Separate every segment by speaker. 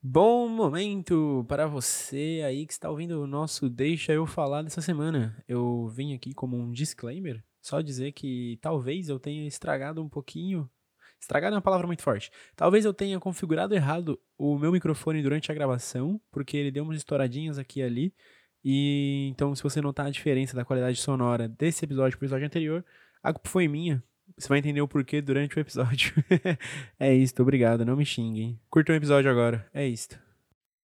Speaker 1: Bom momento para você aí que está ouvindo o nosso Deixa Eu Falar dessa semana. Eu vim aqui como um disclaimer, só dizer que talvez eu tenha estragado um pouquinho. Estragado é uma palavra muito forte. Talvez eu tenha configurado errado o meu microfone durante a gravação, porque ele deu umas estouradinhas aqui e ali. E então, se você notar a diferença da qualidade sonora desse episódio para o episódio anterior, a culpa foi minha. Você vai entender o porquê durante o episódio. é isto, obrigado, não me xinguem. Curtam o episódio agora, é isto.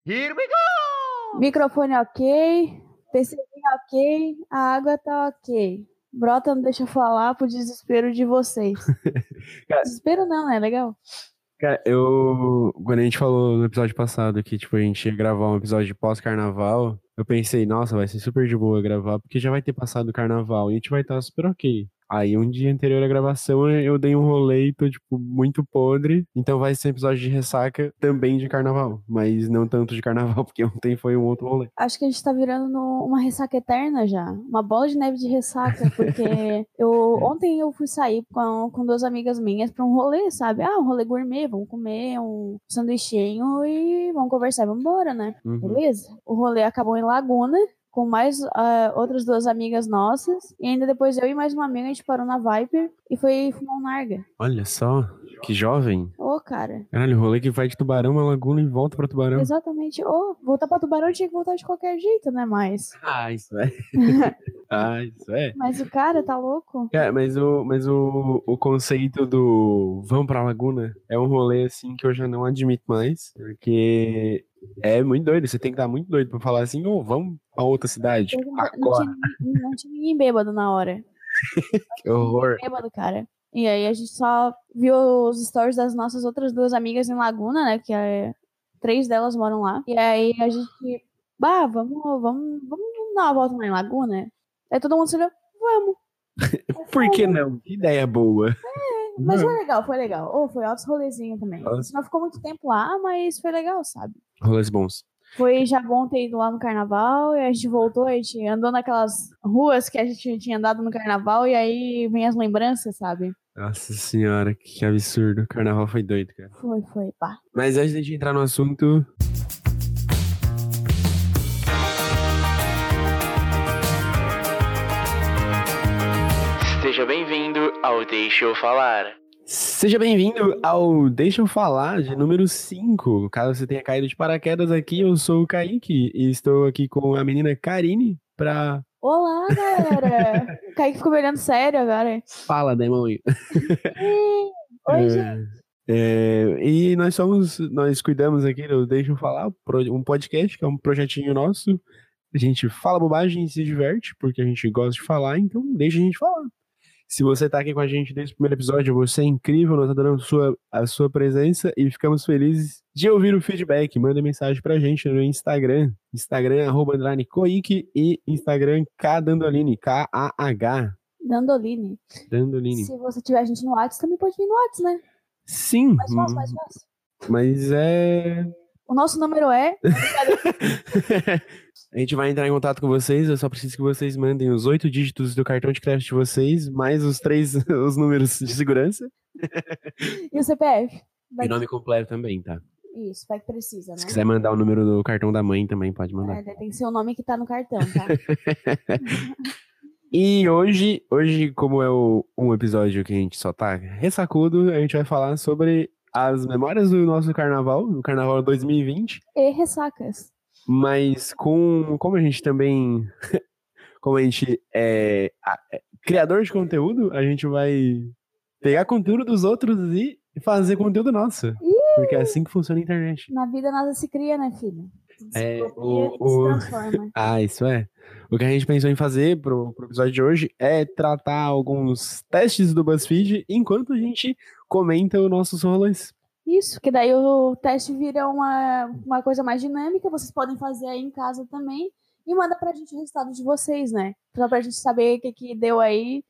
Speaker 2: Here we go!
Speaker 3: Microfone ok, percebinho ok, a água tá ok. Brota não deixa eu falar pro desespero de vocês.
Speaker 1: Cara-
Speaker 3: desespero não, né? Legal.
Speaker 1: Cara, eu. Quando a gente falou no episódio passado que, tipo, a gente ia gravar um episódio de pós-carnaval, eu pensei, nossa, vai ser super de boa gravar, porque já vai ter passado o carnaval e a gente vai estar super ok. Aí, um dia anterior à gravação, eu dei um rolê e tô, tipo, muito podre. Então vai ser um episódio de ressaca também de carnaval. Mas não tanto de carnaval, porque ontem foi um outro rolê.
Speaker 3: Acho que a gente tá virando no- uma ressaca eterna já. Uma bola de neve de ressaca, porque eu ontem eu fui sair com, com duas amigas minhas pra um rolê, sabe? Ah, um rolê gourmet, vamos comer um sanduichinho e vamos conversar, vamos embora, né?
Speaker 1: Uhum.
Speaker 3: Beleza? O rolê acabou em Laguna, com mais ah, outras duas amigas nossas. E ainda depois eu e mais uma amiga, a gente parou na Viper e foi fumar um narga.
Speaker 1: Olha só, que jovem.
Speaker 3: Ô, cara.
Speaker 1: Caralho, rolê que vai de tubarão a laguna e volta pra tubarão.
Speaker 3: Exatamente. Ô, voltar pra Tubarão tinha que voltar de qualquer jeito, né? Mas,
Speaker 1: Ah, isso é. ah, isso é.
Speaker 3: mas o cara tá louco.
Speaker 1: Cara, É, mas o, mas o, o conceito do vamos pra Laguna é um rolê assim que eu já não admito mais, porque é muito doido. Você tem que estar muito doido pra falar assim, ô, vamos pra outra cidade.
Speaker 3: Não
Speaker 1: Agora,
Speaker 3: tinha, ninguém- não tinha ninguém bêbado na hora.
Speaker 1: que horror.
Speaker 3: Bêbado, cara. E aí a gente só viu os stories das nossas outras duas amigas em Laguna, né? Que é- três delas moram lá. E aí a gente. Bah, vamos, vamos, vamos dar uma volta lá em Laguna. Aí todo mundo se olhou, vamos.
Speaker 1: Por que não? Que ideia boa.
Speaker 3: Mas foi legal, foi legal. Ou foi altos rolezinhos também. A gente não ficou muito tempo lá, mas foi legal, sabe?
Speaker 1: Rolês bons.
Speaker 3: Foi já bom ter ido lá no carnaval, e a gente voltou, a gente andou naquelas ruas que a gente tinha andado no carnaval, e aí vem as lembranças, sabe?
Speaker 1: Nossa senhora, que absurdo. O carnaval foi doido, cara.
Speaker 3: Foi, foi, pá.
Speaker 1: Mas antes da gente entrar no assunto.
Speaker 2: Seja bem-vindo ao Deixa Eu Falar.
Speaker 1: Seja bem-vindo ao Deixa eu falar de número 5. Caso você tenha caído de paraquedas aqui, eu sou o Kaique e estou aqui com a menina Karine pra
Speaker 3: Olá, galera! o Kaique ficou me olhando sério agora.
Speaker 1: Fala, demônio.
Speaker 3: Oi,
Speaker 1: É,
Speaker 3: gente.
Speaker 1: é, e nós somos, nós cuidamos aqui, do deixa eu falar, pro- um podcast, que é um projetinho nosso. A gente fala bobagem e se diverte, porque a gente gosta de falar, então deixa a gente falar. Se você tá aqui com a gente desde o primeiro episódio, você é incrível, nós adoramos sua, a sua presença e ficamos felizes de ouvir o feedback. Manda mensagem pra gente no Instagram, Instagram, arroba underline Coic e Instagram K Dandoline, K-A-H,
Speaker 3: Dandoline.
Speaker 1: Dandoline.
Speaker 3: Se você tiver a gente no WhatsApp, também pode vir no WhatsApp, né?
Speaker 1: Sim,
Speaker 3: Mais fácil,
Speaker 1: Hum.
Speaker 3: mais fácil.
Speaker 1: mas é
Speaker 3: O nosso número é.
Speaker 1: A gente vai entrar em contato com vocês, eu só preciso que vocês mandem os oito dígitos do cartão de crédito de vocês, mais os três os números de segurança.
Speaker 3: E o CPF?
Speaker 1: E
Speaker 3: Vai...
Speaker 1: o nome completo também, tá?
Speaker 3: Isso, vai que precisa, né?
Speaker 1: Se quiser mandar o número do cartão da mãe também, pode mandar.
Speaker 3: É, daí tem que ser o nome que tá no cartão, tá?
Speaker 1: E hoje, hoje, como é o- um episódio que a gente só tá ressacudo, a gente vai falar sobre as memórias do nosso carnaval, do carnaval 2020.
Speaker 3: e ressacas.
Speaker 1: Mas com como a gente também como a gente é, a- é criador de conteúdo, a gente vai pegar conteúdo dos outros e fazer conteúdo nosso. Porque é assim que funciona a internet.
Speaker 3: Na vida nada se cria, né, filho? Tudo se
Speaker 1: É,
Speaker 3: copia
Speaker 1: o-
Speaker 3: e
Speaker 1: o-
Speaker 3: se transforma.
Speaker 1: Ah, isso é. O que a gente pensou em fazer pro, pro episódio de hoje é tratar alguns testes do BuzzFeed enquanto a gente comenta os nossos rolês.
Speaker 3: Isso, que daí o teste vira uma, uma coisa mais dinâmica, vocês podem fazer aí em casa também. E manda pra gente o resultado de vocês, né? Só pra gente saber o que, que deu aí.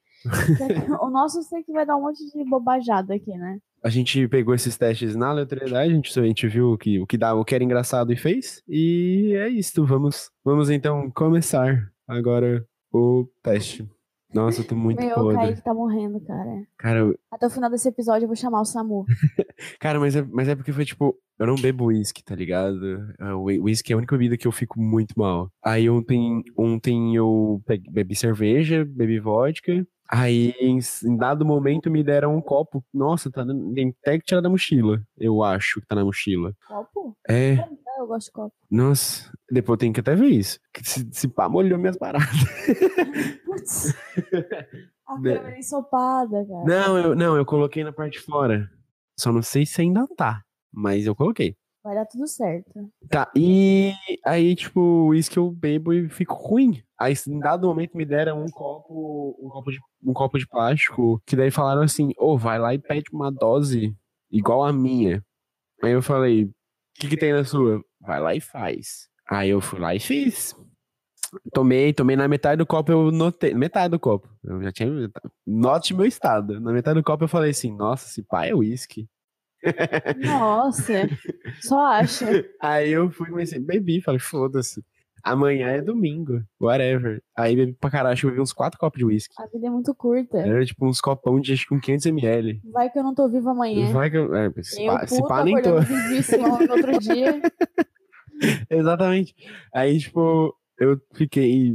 Speaker 3: o nosso eu sei que vai dar um monte de bobajada aqui, né?
Speaker 1: A gente pegou esses testes na aleatoriedade, a gente, a gente viu o que, o que dava, o que era engraçado e fez. E é isso. Vamos, vamos então começar agora o teste. Nossa, eu tô muito
Speaker 3: Meu, o
Speaker 1: podre.
Speaker 3: Kaique tá morrendo, cara.
Speaker 1: Cara, eu-
Speaker 3: Até o final desse episódio eu vou chamar o Samu.
Speaker 1: cara mas, é, mas é porque foi tipo, eu não bebo uísque, tá ligado? Ah, O uísque é a única bebida que eu fico muito mal. Aí ontem, ontem eu peguei- bebi cerveja, bebi vodka. Aí, em, s- em dado momento, me deram um copo. Nossa, tá dando- tem até que tirar da mochila. Eu acho que tá na mochila.
Speaker 3: Copo?
Speaker 1: É,
Speaker 3: Ah, Eu gosto de copo.
Speaker 1: nossa. Depois eu tenho que até ver isso. Que Se, se pá, molhou minhas paradas.
Speaker 3: Putz. A
Speaker 1: Né.
Speaker 3: câmera é ensopada, cara.
Speaker 1: Não, eu, não, eu coloquei na parte de fora. Só não sei se ainda tá, mas eu coloquei.
Speaker 3: Vai dar tudo certo.
Speaker 1: Tá, e aí, tipo, isso que eu bebo e fico ruim. Aí, em dado momento, me deram um copo, um copo de, um copo de plástico, que daí falaram assim, ô, vai lá e pede uma dose igual a minha. Aí eu falei, o que que tem na sua? Vai lá e faz. Aí eu fui lá e fiz. Tomei, tomei na metade do copo, eu notei. Metade do copo. Eu já tinha. Note meu estado. Na metade do copo eu falei assim, nossa, esse pai é uísque.
Speaker 3: Nossa. Só acho.
Speaker 1: Aí eu fui e comecei, bebi, falei, foda-se. Amanhã é domingo, whatever. Aí bebi pra caralho, acho que eu bebi uns 4 copos de uísque.
Speaker 3: A vida é muito curta.
Speaker 1: Era tipo uns copão de acho que um 500ml.
Speaker 3: Vai que eu não tô viva amanhã.
Speaker 1: Vai que eu- é, se,
Speaker 3: eu
Speaker 1: pá, se
Speaker 3: um puta,
Speaker 1: pá, nem tô.
Speaker 3: acordando vivíssima no outro dia.
Speaker 1: Exatamente. Aí, tipo, eu fiquei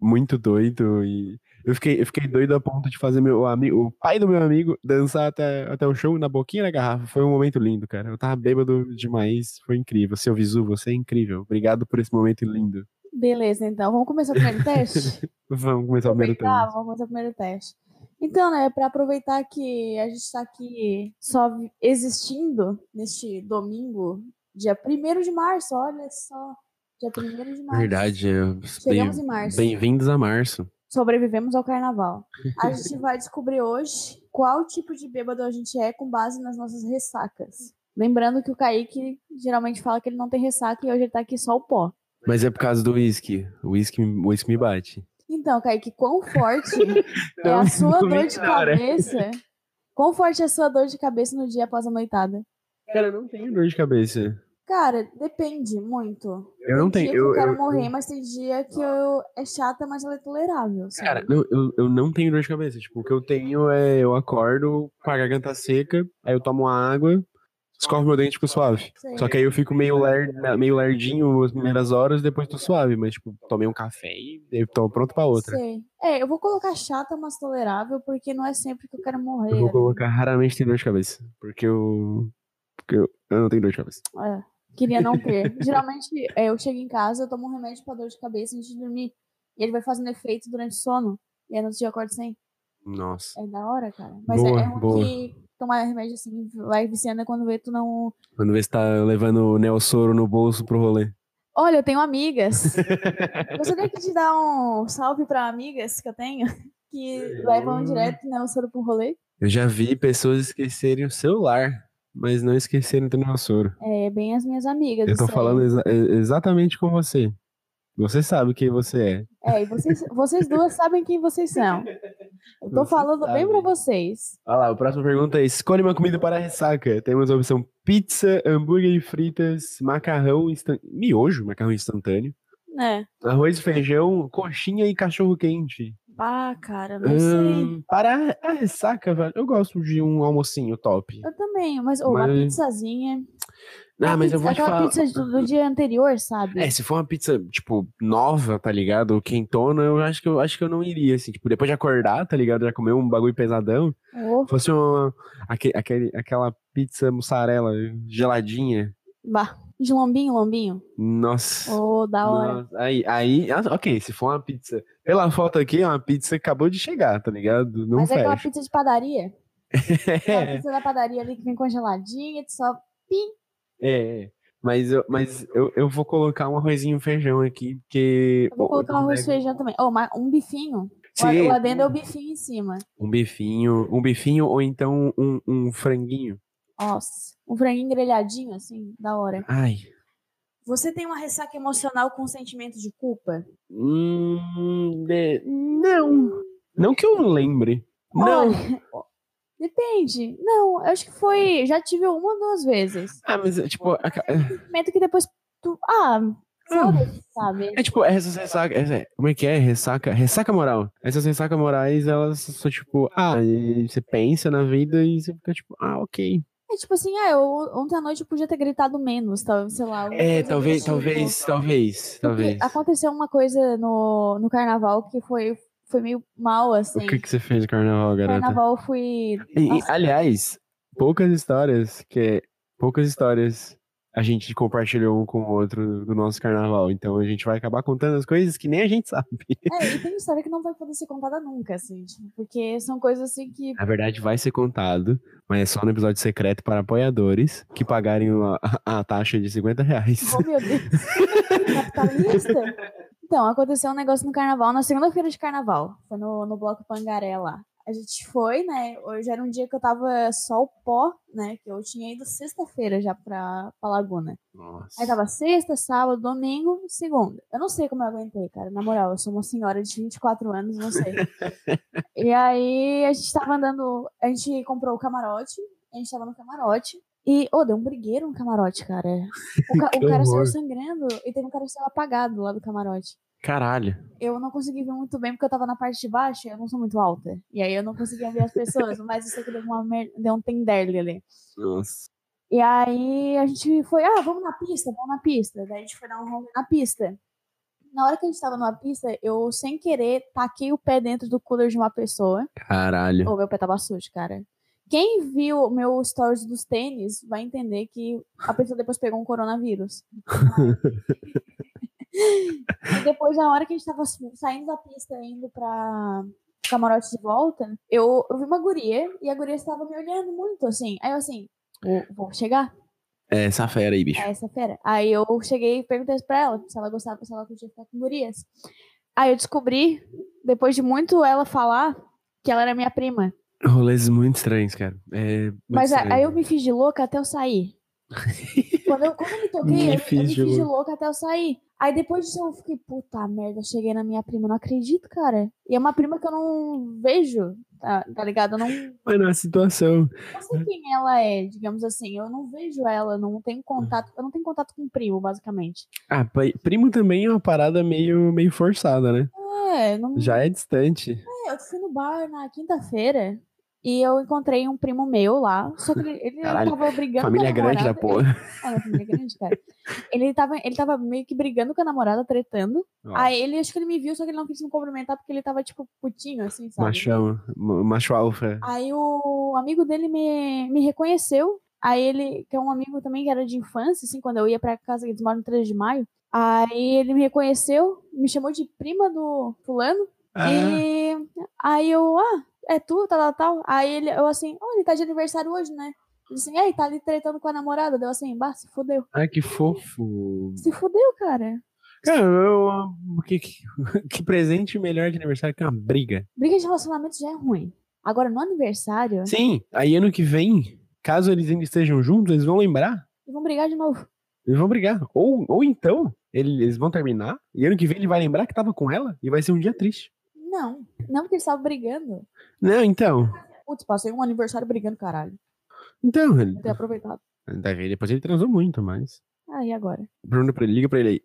Speaker 1: muito doido e. Eu fiquei, eu fiquei doido a ponto de fazer meu amigo, o pai do meu amigo dançar até, até o show na boquinha da garrafa. Foi um momento lindo, cara. Eu tava bêbado demais. Foi incrível. Seu Visu, você é incrível. Obrigado por esse momento lindo.
Speaker 3: Beleza, então. Vamos começar o primeiro teste?
Speaker 1: Vamos começar o primeiro tempo.
Speaker 3: Tá, vamos fazer o primeiro teste. Então, né, para aproveitar que a gente está aqui só vi- existindo neste domingo, dia 1 de março, olha só. Dia 1 de março.
Speaker 1: Verdade, eu-
Speaker 3: Chegamos
Speaker 1: bem-
Speaker 3: em março.
Speaker 1: bem-vindos a março.
Speaker 3: Sobrevivemos ao carnaval. A gente vai descobrir hoje qual tipo de bêbado a gente é com base nas nossas ressacas. Lembrando que o Kaique geralmente fala que ele não tem ressaca e hoje ele tá aqui só o pó.
Speaker 1: Mas é por causa do uísque. O uísque o uísque me bate.
Speaker 3: Então, Kaique, quão forte é a sua dor de
Speaker 1: né?
Speaker 3: cabeça? Quão forte é a sua dor de cabeça no dia após a noitada?
Speaker 1: Cara, eu não tenho dor de cabeça.
Speaker 3: Cara, depende muito.
Speaker 1: Eu não
Speaker 3: Tem
Speaker 1: tenho.
Speaker 3: dia que eu
Speaker 1: Eu,
Speaker 3: quero
Speaker 1: eu-
Speaker 3: morrer, mas tem dia que eu é chata, mas ela é tolerável. sabe?
Speaker 1: Cara, não, eu, eu não tenho dor de cabeça. Tipo, o que eu tenho é eu acordo com a garganta seca, aí eu tomo uma água, escovo meu dente e fico suave.
Speaker 3: Sei.
Speaker 1: Só que aí eu fico meio, ler, meio lerdinho as primeiras horas, depois tô suave. Mas, tipo, tomei um café e eu tô pronto pra outra.
Speaker 3: Sei. É, eu vou colocar chata, mas tolerável, porque não é sempre que eu quero morrer.
Speaker 1: Eu vou colocar raramente tem dor de cabeça. Porque eu. Porque eu, eu não tenho dor de cabeça.
Speaker 3: É, queria não ter. Geralmente, é, eu chego em casa, eu tomo um remédio pra dor de cabeça antes de dormir. E ele vai fazendo efeito durante o sono. E aí no outro dia eu acordo sem.
Speaker 1: Nossa.
Speaker 3: É da hora, cara. Mas é-
Speaker 1: Boa,
Speaker 3: é, um
Speaker 1: boa.
Speaker 3: que tomar remédio assim, vai viciando quando vê tu não.
Speaker 1: Quando vê se tá levando o Nelsoro no bolso pro rolê.
Speaker 3: Olha, eu tenho amigas. Gostaria aqui de dar um salve pra amigas que eu tenho, que levam direto, né, o soro pro rolê.
Speaker 1: Eu já vi pessoas esquecerem o celular, mas não esquecerem do Nelsoro.
Speaker 3: É, bem as minhas amigas.
Speaker 1: Eu tô
Speaker 3: isso aí.
Speaker 1: falando exa- e- exatamente com você. Você sabe quem você é.
Speaker 3: É, e vocês, vocês duas sabem quem vocês são. Eu tô
Speaker 1: Vocês
Speaker 3: falando bem pra
Speaker 1: sabem.
Speaker 3: vocês.
Speaker 1: Olha lá, a próxima pergunta é: escolhe uma comida para a ressaca. Temos a opção pizza, hambúrguer de fritas, macarrão instantâneo. Miojo, macarrão instantâneo.
Speaker 3: Né?
Speaker 1: Arroz, feijão, coxinha e cachorro quente.
Speaker 3: Ah, cara, não sei.
Speaker 1: Ahn, para a ressaca, velho, eu gosto de um almocinho top.
Speaker 3: Eu também, mas ou uma
Speaker 1: Mas-
Speaker 3: pizzazinha.
Speaker 1: Ah,
Speaker 3: Uma
Speaker 1: mas eu
Speaker 3: pizza-
Speaker 1: vou te
Speaker 3: aquela
Speaker 1: falar.
Speaker 3: pizza do, do dia anterior, sabe?
Speaker 1: É, se for uma pizza, tipo, nova, tá ligado? Ou quentona, eu acho que eu acho que eu não iria, assim, tipo, depois de acordar, tá ligado? Já comer um bagulho pesadão.
Speaker 3: Ou-
Speaker 1: Se fosse uma, aque- aquele, aquela pizza mussarela geladinha.
Speaker 3: bah, de lombinho, lombinho.
Speaker 1: Nossa.
Speaker 3: Ô, da hora.
Speaker 1: nossa, Aí, aí, ah, ok, se for uma pizza. Pela foto aqui, é uma pizza que acabou de chegar, tá ligado? Não
Speaker 3: mas é aquela
Speaker 1: fecha. É.
Speaker 3: pizza de padaria. Aquela pizza da padaria ali que vem congeladinha, tu só.
Speaker 1: É, é. mas, eu, mas eu, eu vou colocar um arrozinho e um feijão aqui, porque.
Speaker 3: Eu vou
Speaker 1: Bom,
Speaker 3: colocar um arroz e
Speaker 1: né,
Speaker 3: feijão também. Ou um bifinho. O a-
Speaker 1: Sim,
Speaker 3: O adendo é o bifinho em cima.
Speaker 1: um bifinho, um bifinho ou então um, um franguinho.
Speaker 3: Nossa. Um franguinho grelhadinho, assim, da hora.
Speaker 1: Ai.
Speaker 3: Você tem uma ressaca emocional com sentimento de culpa?
Speaker 1: Hum, de- Não. Não que eu lembre. Não.
Speaker 3: Olha, Depende. Não, eu acho que foi. Já tive uma ou duas vezes.
Speaker 1: Ah, mas é, tipo. a ca-
Speaker 3: Sentimento que depois. Tu, ah, Saudades, sabe?
Speaker 1: É tipo, essas ressacas. essa- como é que é? Ressaca. Ressaca moral. Essas ressacas morais, elas são tipo, ah, e você pensa na vida e você fica tipo, ah, ok.
Speaker 3: É tipo assim, ah, eu, ontem à noite eu podia ter gritado menos, talvez, sei lá. alguma
Speaker 1: É,
Speaker 3: coisa
Speaker 1: talvez,
Speaker 3: desse tipo.
Speaker 1: talvez, talvez,
Speaker 3: Porque
Speaker 1: talvez.
Speaker 3: Aconteceu uma coisa no, no carnaval que foi, foi meio mal,
Speaker 1: O
Speaker 3: assim.
Speaker 1: que, que você fez no carnaval,
Speaker 3: no
Speaker 1: garota?
Speaker 3: carnaval eu fui.
Speaker 1: E- e,
Speaker 3: Nossa.
Speaker 1: aliás, poucas histórias que poucas histórias a gente compartilhou um com o outro do nosso carnaval. Então a gente vai acabar contando as coisas que nem a gente sabe.
Speaker 3: É, e tem história que não vai poder ser contada nunca, assim, tipo, porque são coisas assim que.
Speaker 1: Na verdade, vai ser contado, mas é só no episódio secreto para apoiadores que pagarem uma- a, taxa de 50 reais.
Speaker 3: Oh, meu Deus. Capitalista? Então, aconteceu um negócio no carnaval, na segunda-feira de carnaval. Foi no, no bloco Pangaré lá. A gente foi, né? Hoje era um dia que eu tava só o pó, né? Que eu tinha ido sexta-feira já pra, pra Laguna. Aí tá
Speaker 1: Nossa.
Speaker 3: tava sexta, sábado, domingo, segunda. Eu não sei como eu aguentei, cara. Na moral, eu sou uma senhora de 24 anos, não sei. e aí a gente tava andando. A gente comprou o camarote. A gente tava no camarote. E, ô, deu um brigueiro no camarote, cara. O, ca- o
Speaker 1: Que
Speaker 3: cara saiu
Speaker 1: horror.
Speaker 3: sangrando e teve um cara que saiu apagado lá do camarote.
Speaker 1: Caralho.
Speaker 3: Eu não consegui ver muito bem porque eu tava na parte de baixo e eu não sou muito alta. E aí eu não conseguia ver as pessoas, mas eu sei que deu, uma mer... deu um tenderle ali.
Speaker 1: Nossa.
Speaker 3: E aí a gente foi, ah, vamos na pista, vamos na pista. Daí a gente foi dar um rolê na pista. Na hora que a gente tava na pista, eu, sem querer, taquei o pé dentro do cooler de uma pessoa.
Speaker 1: Caralho.
Speaker 3: Ô, meu pé tava sujo, cara. Quem viu meu stories dos tênis vai entender que a pessoa depois pegou um coronavírus. E depois, na hora que a gente tava su- saindo da pista, indo pra pro camarote de volta, eu, eu vi uma guria e a guria estava me olhando muito, assim. Aí eu assim, vou, vou chegar,
Speaker 1: É, essa fera aí, bicho.
Speaker 3: é essa fera. Aí eu cheguei e perguntei pra ela se ela gostava, se ela podia ficar com gurias. Aí eu descobri, depois de muito ela falar, que ela era minha prima.
Speaker 1: Rolês muito estranhos, cara. É muito
Speaker 3: Mas a-
Speaker 1: estranho.
Speaker 3: aí eu me fiz de louca até eu sair. quando, eu, quando eu me toquei,
Speaker 1: Me
Speaker 3: eu, eu
Speaker 1: fiz
Speaker 3: me
Speaker 1: de
Speaker 3: fiz de louca até eu sair. Aí depois disso eu fiquei, puta merda, eu cheguei na minha prima, não acredito, cara. E é uma prima que eu não vejo, tá, tá ligado? Eu não, não
Speaker 1: Mas na situação.
Speaker 3: sei quem ela é, digamos assim. Eu não vejo ela, não tenho contato. Eu não tenho contato com o primo, basicamente.
Speaker 1: Ah, pai- primo também é uma parada meio, meio forçada, né?
Speaker 3: É, não,
Speaker 1: Já é distante.
Speaker 3: eu fui no bar na quinta-feira e eu encontrei um primo meu lá. Só que ele, ele
Speaker 1: Caralho,
Speaker 3: tava brigando
Speaker 1: Família
Speaker 3: com a
Speaker 1: grande da
Speaker 3: namorada,
Speaker 1: porra.
Speaker 3: É, uma família grande, cara. Ele tava, ele tava meio que brigando com a namorada, tretando. Aí ele, acho que ele me viu, só que ele não quis me cumprimentar porque ele tava, tipo, putinho, assim, sabe?
Speaker 1: Machão, ma- macho alfa.
Speaker 3: Aí o amigo dele me, me reconheceu. Aí ele, que é um amigo também que era de infância, assim, quando eu ia pra casa, eles moram no 3 de maio. Aí ele me reconheceu, me chamou de prima do fulano.
Speaker 1: É. Ah,
Speaker 3: E aí eu, ah, é tu, tal, tal, tal. Aí ele, eu assim, oh, ele tá de aniversário hoje, né? Ele assim, é, ele tá ali tretando com a namorada. Deu assim, bah, se fudeu.
Speaker 1: Ai, que fofo.
Speaker 3: Se fudeu, cara.
Speaker 1: Cara, eu, amo- que, que- que presente melhor de aniversário que uma briga.
Speaker 3: Briga de relacionamento já é ruim. Agora, no aniversário,
Speaker 1: Sim, aí ano que vem, caso eles ainda estejam juntos, eles vão lembrar.
Speaker 3: eles vão brigar de novo.
Speaker 1: Eles vão brigar. Ou, ou então, ele- eles vão terminar. E ano que vem ele vai lembrar que tava com ela e vai ser um dia triste.
Speaker 3: Não. Não porque eles estavam brigando.
Speaker 1: Não, então.
Speaker 3: Putz, passei um aniversário brigando, caralho.
Speaker 1: Então, ele,
Speaker 3: Não ter aproveitado.
Speaker 1: daí depois ele transou muito, mas.
Speaker 3: Ah, e agora?
Speaker 1: Bruno, pra ele- liga pra ele aí.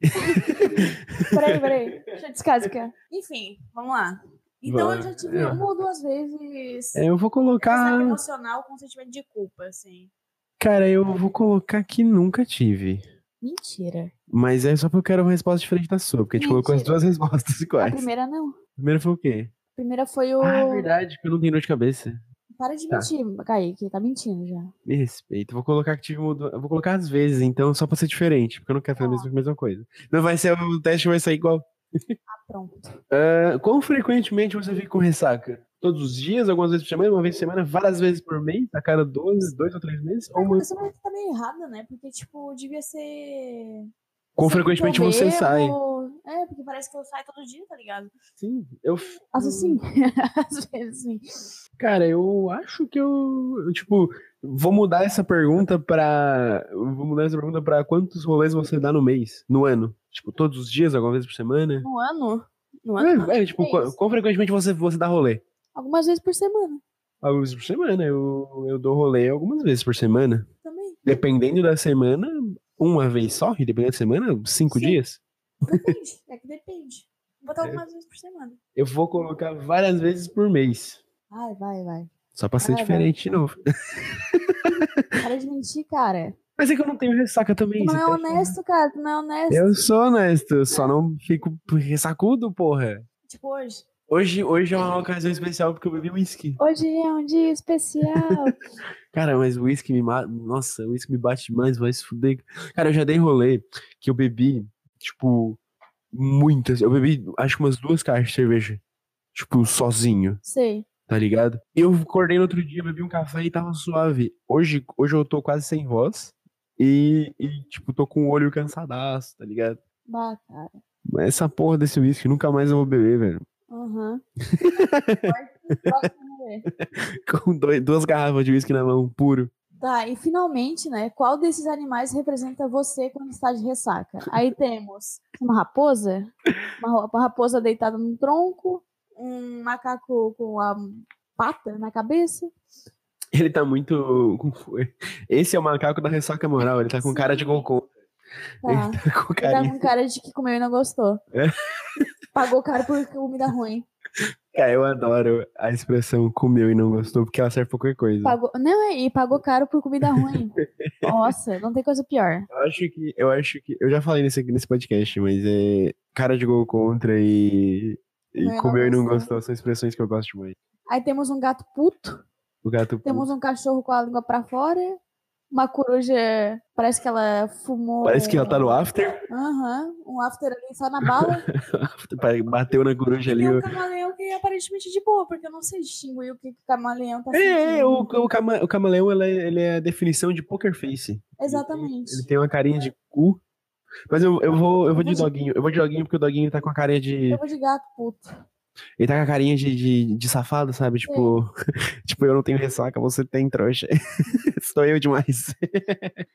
Speaker 3: Peraí, peraí. Deixa eu descascar. Enfim, vamos lá. Então,
Speaker 1: Vai.
Speaker 3: eu já tive
Speaker 1: É.
Speaker 3: uma ou duas vezes
Speaker 1: É, Eu vou
Speaker 3: essa
Speaker 1: colocar.
Speaker 3: emocional com sentimento de culpa, assim.
Speaker 1: Cara, eu vou colocar que nunca tive.
Speaker 3: Mentira.
Speaker 1: Mas é só porque eu quero uma resposta diferente da sua, porque a gente colocou as
Speaker 3: Mentira.
Speaker 1: duas respostas
Speaker 3: A
Speaker 1: iguais.
Speaker 3: primeira não.
Speaker 1: Primeiro foi o quê?
Speaker 3: A primeira foi o.
Speaker 1: Ah, é verdade, que eu não tenho dor de cabeça.
Speaker 3: Para de
Speaker 1: Tá.
Speaker 3: mentir, Kaique. Tá mentindo já.
Speaker 1: Me respeita. Vou colocar que tive mudança. Vou colocar às vezes, então, só pra ser diferente, porque eu não quero fazer a
Speaker 3: Tá.
Speaker 1: mesma, mesma coisa. Não vai ser o teste, vai sair igual. Tá
Speaker 3: Ah, pronto.
Speaker 1: Ah, quão frequentemente você fica com ressaca? Todos os dias, algumas vezes por semana, uma vez por semana, várias vezes por mês, a cada dois, dois ou três meses? Ou uma-
Speaker 3: Essa pergunta tá meio errada, né? Porque, tipo, devia
Speaker 1: Quão
Speaker 3: ser. Sempre que eu
Speaker 1: frequentemente você
Speaker 3: bebo-
Speaker 1: sai?
Speaker 3: É, porque parece que eu saio todo dia, tá ligado?
Speaker 1: Sim, eu. f-
Speaker 3: Assim, às vezes sim.
Speaker 1: Cara, eu acho que eu, eu, tipo, vou mudar essa pergunta pra. Vou mudar essa pergunta pra quantos rolês você dá no mês, no ano? Tipo, todos os dias, alguma vez por semana?
Speaker 3: No ano? No ano? não.
Speaker 1: É, é, tipo,
Speaker 3: É
Speaker 1: quão,
Speaker 3: isso.
Speaker 1: quão frequentemente você, você dá rolê?
Speaker 3: Algumas vezes por semana
Speaker 1: Algumas vezes por semana, eu, eu dou rolê algumas vezes por semana.
Speaker 3: também.
Speaker 1: Dependendo da semana, uma vez só, e dependendo da semana, cinco
Speaker 3: Sim.
Speaker 1: dias.
Speaker 3: Depende, é que depende. Vou
Speaker 1: É.
Speaker 3: botar algumas vezes por semana.
Speaker 1: Eu vou colocar várias vezes por mês.
Speaker 3: Ai, vai, vai.
Speaker 1: Só pra ser
Speaker 3: Ah, vai.
Speaker 1: diferente de novo.
Speaker 3: Para de mentir, cara.
Speaker 1: Mas é que eu não tenho ressaca
Speaker 3: Tu
Speaker 1: também.
Speaker 3: não
Speaker 1: você
Speaker 3: é
Speaker 1: tá
Speaker 3: honesto, cara. Tu não é honesto.
Speaker 1: Eu sou honesto, eu só não fico ressacudo, porra.
Speaker 3: Tipo, hoje.
Speaker 1: Hoje, hoje é uma ocasião especial porque eu bebi uísque.
Speaker 3: Hoje é um dia especial.
Speaker 1: Cara, mas o uísque me mata. Nossa, o uísque me bate demais, vai se fuder. Cara, eu já dei rolê que eu bebi, tipo, muitas. Eu bebi, acho que umas duas caixas de cerveja. Tipo, sozinho.
Speaker 3: Sei.
Speaker 1: tá ligado? Eu acordei no outro dia, bebi um café e tava suave. Hoje, hoje eu tô quase sem voz e, e, tipo, tô com o olho cansadaço, tá ligado?
Speaker 3: Bah, cara.
Speaker 1: Mas essa porra desse uísque nunca mais eu vou beber, velho.
Speaker 3: Aham.
Speaker 1: Com dois, duas garrafas de uísque na mão, puro.
Speaker 3: Tá, e finalmente, né? Qual desses animais representa você quando está de ressaca? Aí temos uma raposa, uma ro- uma raposa deitada num tronco, um macaco com a pata na cabeça.
Speaker 1: Ele tá muito. Esse é o macaco da ressaca moral, ele tá com cara de
Speaker 3: Sim.
Speaker 1: Goku.
Speaker 3: Tá.
Speaker 1: Ele tá com
Speaker 3: Ele tá
Speaker 1: carinha.
Speaker 3: com cara de que comeu e não gostou.
Speaker 1: É.
Speaker 3: Pagou caro por comida ruim.
Speaker 1: Cara, eu adoro a expressão comeu e não gostou, porque ela serve pra qualquer coisa.
Speaker 3: Pagou... Não, é, e pagou caro por comida ruim. Nossa, não tem coisa pior.
Speaker 1: Eu acho que, eu acho que, eu já falei nesse, nesse podcast, mas é cara de gol contra e, e
Speaker 3: Não, eu não
Speaker 1: comeu e não
Speaker 3: gostei.
Speaker 1: gostou são expressões que eu gosto demais.
Speaker 3: Aí temos um gato puto.
Speaker 1: O gato puto.
Speaker 3: Temos um cachorro com a língua pra fora. Uma coruja, parece que ela fumou.
Speaker 1: Parece que ela tá no after,
Speaker 3: Aham, um after ali só na bala.
Speaker 1: pare- bateu na coruja ali.
Speaker 3: e um
Speaker 1: Eu...
Speaker 3: camaleão que é aparentemente de boa, porque eu não sei distinguir o que que o camaleão tá sentindo.
Speaker 1: É, é, o, o, cama- o camaleão ele é, ele é a definição de poker face.
Speaker 3: Exatamente.
Speaker 1: Ele tem uma carinha de cu. Mas eu, eu vou, eu vou de
Speaker 3: Eu vou de-
Speaker 1: doguinho. Eu vou de doguinho porque o doguinho tá com a carinha de.
Speaker 3: Eu vou de gato, puto.
Speaker 1: Ele tá com a carinha de, de, de safado, sabe? Tipo, tipo, eu não tenho ressaca, você tem trouxa. Sou eu demais.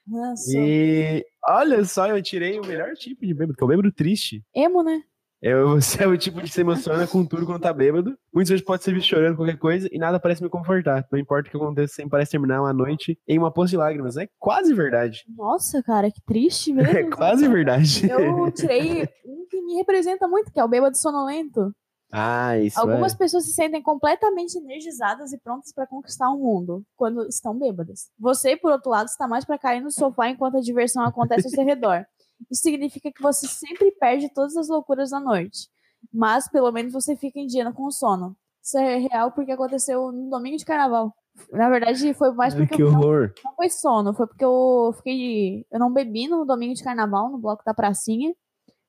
Speaker 3: Nossa.
Speaker 1: E olha só, eu tirei o melhor tipo de bêbado, que é o bêbado triste.
Speaker 3: Emo, né?
Speaker 1: É, o- você é o tipo que se emociona com tudo quando tá bêbado. Muitas vezes pode ser visto chorando qualquer coisa e nada parece me confortar. Não importa o que aconteça, sempre parece terminar uma noite em uma poça de lágrimas. É quase verdade.
Speaker 3: Nossa, cara, que triste mesmo.
Speaker 1: É quase verdade.
Speaker 3: Uhum. Eu tirei um que me representa muito, que é o bêbado sonolento.
Speaker 1: Ah, isso
Speaker 3: Algumas
Speaker 1: é.
Speaker 3: pessoas se sentem completamente energizadas e prontas para conquistar o mundo quando estão bêbadas. Você, por outro lado, está mais para cair no sofá enquanto a diversão acontece ao seu redor. Isso significa que você sempre perde todas as loucuras da noite, mas pelo menos você fica em dia com sono. Isso é real porque aconteceu no domingo de carnaval. Na verdade, foi mais
Speaker 1: Ai,
Speaker 3: porque
Speaker 1: que
Speaker 3: eu não,
Speaker 1: horror.
Speaker 3: não foi sono, foi porque eu fiquei, eu não bebi no domingo de carnaval no bloco da pracinha,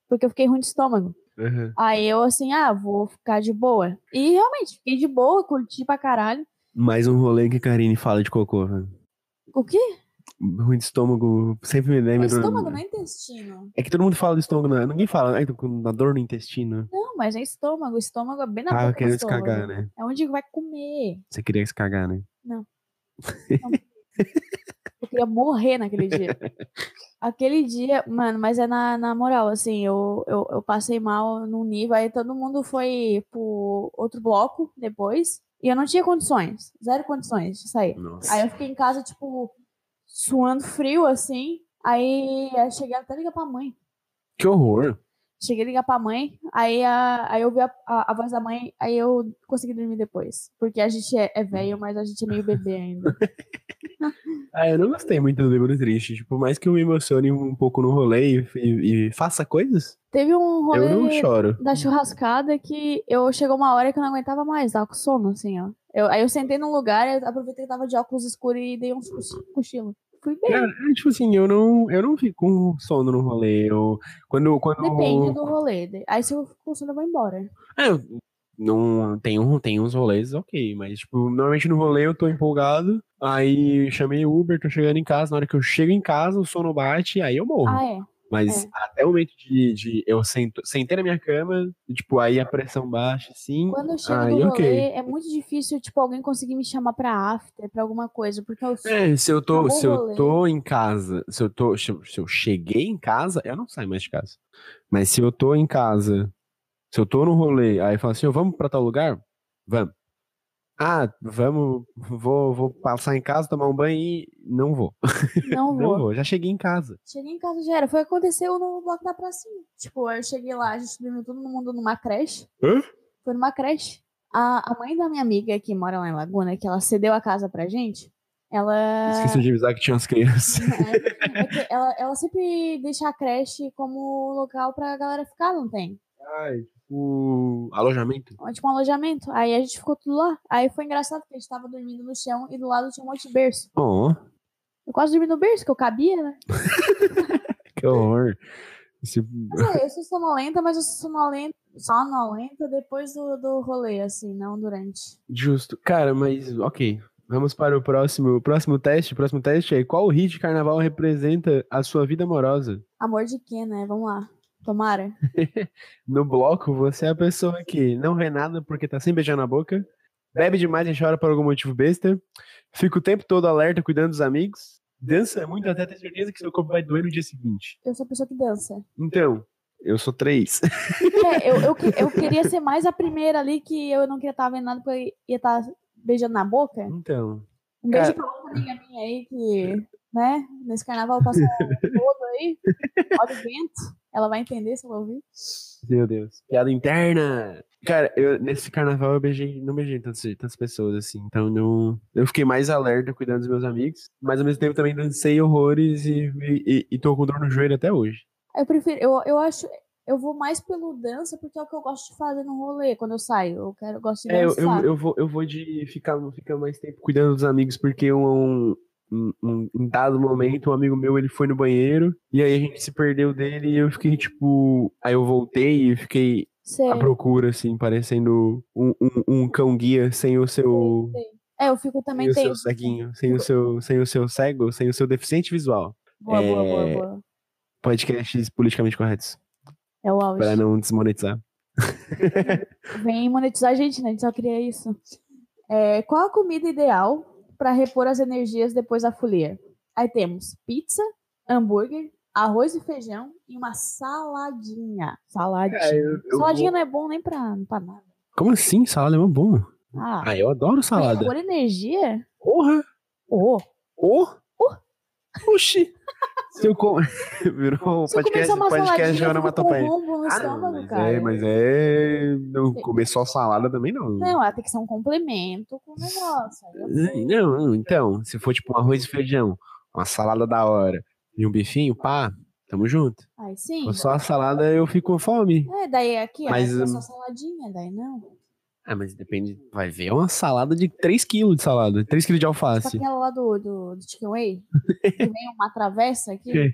Speaker 3: porque eu fiquei ruim de estômago.
Speaker 1: Aham.
Speaker 3: Aí eu assim, ah, vou ficar de boa. E realmente, fiquei de boa, curti pra caralho.
Speaker 1: Mais um rolê que a Karine fala de cocô. velho.
Speaker 3: O quê?
Speaker 1: Ruim de estômago, sempre me um
Speaker 3: É
Speaker 1: lembra.
Speaker 3: estômago, não é intestino.
Speaker 1: É que todo mundo fala do estômago, né? ninguém fala, né? Com a dor no intestino. Ah,
Speaker 3: Não, mas é estômago. Estômago é bem na
Speaker 1: Tava
Speaker 3: boca do
Speaker 1: querendo se
Speaker 3: estômago.
Speaker 1: cagar, né?
Speaker 3: É onde vai comer.
Speaker 1: Você queria se cagar, né?
Speaker 3: Eu queria morrer naquele dia. Aquele dia, mano, mas é na, na moral, assim, eu, eu, eu passei mal num nível, aí todo mundo foi pro outro bloco depois, e eu não tinha condições, zero condições de sair.
Speaker 1: Nossa.
Speaker 3: Aí eu fiquei em casa, tipo, suando frio, assim, aí eu cheguei até a ligar pra mãe.
Speaker 1: Que horror.
Speaker 3: Cheguei a ligar pra mãe, aí, a, aí eu vi a, a, a voz da mãe, aí eu consegui dormir depois. Porque a gente é, é velho, mas a gente é meio bebê ainda.
Speaker 1: Ah, eu não gostei muito do livro triste. Tipo, por mais que eu me emocione um pouco no rolê e, e- e faça coisas,
Speaker 3: Teve um
Speaker 1: eu não
Speaker 3: rolê
Speaker 1: choro.
Speaker 3: da churrascada que eu chegou uma hora que eu não aguentava mais, tava com sono, assim, ó. Eu, aí eu sentei num lugar, eu aproveitei que tava de óculos escuros e dei um cochi- cochilo. Fui bem.
Speaker 1: Cara, é, tipo assim, eu não, eu não fico com sono no rolê. Eu, quando, quando...
Speaker 3: Depende do rolê. De- Aí se eu fico com sono, eu vou embora.
Speaker 1: É, eu- não, tem, um, tem uns rolês, ok. Mas, tipo, normalmente no rolê eu tô empolgado. Aí chamei o Uber, tô chegando em casa. Na hora que eu chego em casa, o sono bate, aí eu morro.
Speaker 3: Ah, é.
Speaker 1: Mas até o momento de, de eu sento, sentei na minha cama, e, tipo, aí a pressão baixa, assim.
Speaker 3: Quando eu chego
Speaker 1: Aí,
Speaker 3: no rolê,
Speaker 1: ok.
Speaker 3: é muito difícil, tipo, alguém conseguir me chamar pra after, pra alguma coisa, porque eu
Speaker 1: É, se eu tô,
Speaker 3: Acabou
Speaker 1: se
Speaker 3: o
Speaker 1: eu
Speaker 3: rolê.
Speaker 1: tô em casa, se eu tô, se eu, se eu cheguei em casa, eu não saio mais de casa. Mas se eu tô em casa, se eu tô no rolê, aí fala assim, ó, vamos pra tal lugar? Vamos. Ah, vamos, vou, vou passar em casa, tomar um banho e não vou.
Speaker 3: Não
Speaker 1: Não é.
Speaker 3: vou.
Speaker 1: vou, já cheguei em casa.
Speaker 3: Cheguei em casa já era. Foi o que aconteceu no bloco da pracinha. Tipo, eu cheguei lá, a gente dormiu todo mundo numa creche.
Speaker 1: Hã?
Speaker 3: Foi numa creche. A, a mãe da minha amiga que mora lá em Laguna, que ela cedeu a casa pra gente, ela.
Speaker 1: Esqueci de avisar que tinha umas crianças.
Speaker 3: É, é que ela, ela sempre deixa a creche como local pra galera ficar, não tem?
Speaker 1: Ai, tipo, alojamento.
Speaker 3: É Tipo um alojamento. Aí a gente ficou tudo lá. Aí foi engraçado, porque a gente tava dormindo no chão e do lado tinha um monte de berço.
Speaker 1: Oh,
Speaker 3: Eu quase dormi no berço, que eu cabia, né?
Speaker 1: que horror. É. Esse-
Speaker 3: Não sei, eu sou sonolenta, mas eu sou sonolenta, sonolenta depois do, do rolê, assim, não durante.
Speaker 1: Justo. Cara, mas ok. Vamos para o próximo, o próximo teste. O próximo teste é qual hit de carnaval representa a sua vida amorosa?
Speaker 3: Amor de quê, né? Vamos lá. Tomara.
Speaker 1: No bloco, você é a pessoa que não vê nada porque tá sem beijar na boca, bebe demais e chora por algum motivo besta, fica o tempo todo alerta cuidando dos amigos, dança muito até ter certeza que seu corpo vai doer no dia seguinte.
Speaker 3: Eu sou a pessoa que dança.
Speaker 1: Então, eu sou três.
Speaker 3: É, eu, eu, que- eu queria ser mais a primeira ali que eu não queria estar vendo nada porque eu ia estar beijando na boca.
Speaker 1: Então,
Speaker 3: Um beijo pra outra amiga minha aí que, né, nesse carnaval passa todo aí. Olha o vento. Ela vai entender se ela ouvir.
Speaker 1: meu Deus. Piada interna! Cara, eu, nesse carnaval eu beijei, não beijei tantas, tantas pessoas assim, então não, eu fiquei mais alerta cuidando dos meus amigos, mas ao mesmo tempo também dancei horrores e, e, e tô com dor no joelho até hoje.
Speaker 3: Eu prefiro, eu, eu acho, eu vou mais pelo dança porque é o que eu gosto de fazer no rolê quando eu saio. Eu quero, eu gosto de
Speaker 1: É, eu,
Speaker 3: dançar.
Speaker 1: eu, eu vou, eu vou de ficar, ficar mais tempo cuidando dos amigos, porque um, um, um- um dado momento, um amigo meu, ele foi no banheiro, e aí a gente se perdeu dele, e eu fiquei, tipo... Aí eu voltei e fiquei
Speaker 3: Sei,
Speaker 1: à procura, assim, parecendo um, um, um cão guia sem o seu...
Speaker 3: sei. É, eu fico também
Speaker 1: Sem o seu
Speaker 3: tem.
Speaker 1: ceguinho, sem o seu, sem o seu cego, sem o seu deficiente visual.
Speaker 3: Boa, boa, boa,
Speaker 1: É.
Speaker 3: boa.
Speaker 1: Podcasts politicamente corretos,
Speaker 3: É o
Speaker 1: para
Speaker 3: auge.
Speaker 1: não desmonetizar.
Speaker 3: Vem monetizar a gente, né? A gente só queria isso. É, qual a comida ideal para repor as energias depois da folia? Aí temos pizza, hambúrguer, arroz e feijão e uma saladinha. Saladinha. saladinha não é bom nem pra, pra nada.
Speaker 1: Como assim? Salada é mó bom.
Speaker 3: Ah,
Speaker 1: Ah, eu adoro
Speaker 3: pra
Speaker 1: salada.
Speaker 3: repor energia?
Speaker 1: Porra!
Speaker 3: Oh,
Speaker 1: O? Oxi! Se eu com... Virou um
Speaker 3: se eu comer
Speaker 1: podcast,
Speaker 3: só uma
Speaker 1: podcast de
Speaker 3: saladinha, eu fico com
Speaker 1: onomatopeia.
Speaker 3: rombo no estômago,
Speaker 1: mas
Speaker 3: cara.
Speaker 1: é, mas é. Não comer só salada também não.
Speaker 3: Não, ela tem que ser um complemento com o negócio. aí eu sei.
Speaker 1: Não, não, então, se for tipo um arroz e feijão, uma salada da hora e um bifinho, pá, tamo junto.
Speaker 3: Aí sim.
Speaker 1: Ou Só a salada eu fico com fome.
Speaker 3: É, daí aqui,
Speaker 1: Mas,
Speaker 3: mas, é
Speaker 1: hum,
Speaker 3: só saladinha, daí não. Tipo
Speaker 1: Ah, mas depende. Vai ver uma salada de 3kg de salada, 3kg de
Speaker 3: Só
Speaker 1: alface.
Speaker 3: aquela lá do, do, do Chicken Way, que vem uma travessa aqui,
Speaker 1: Que?
Speaker 3: pô,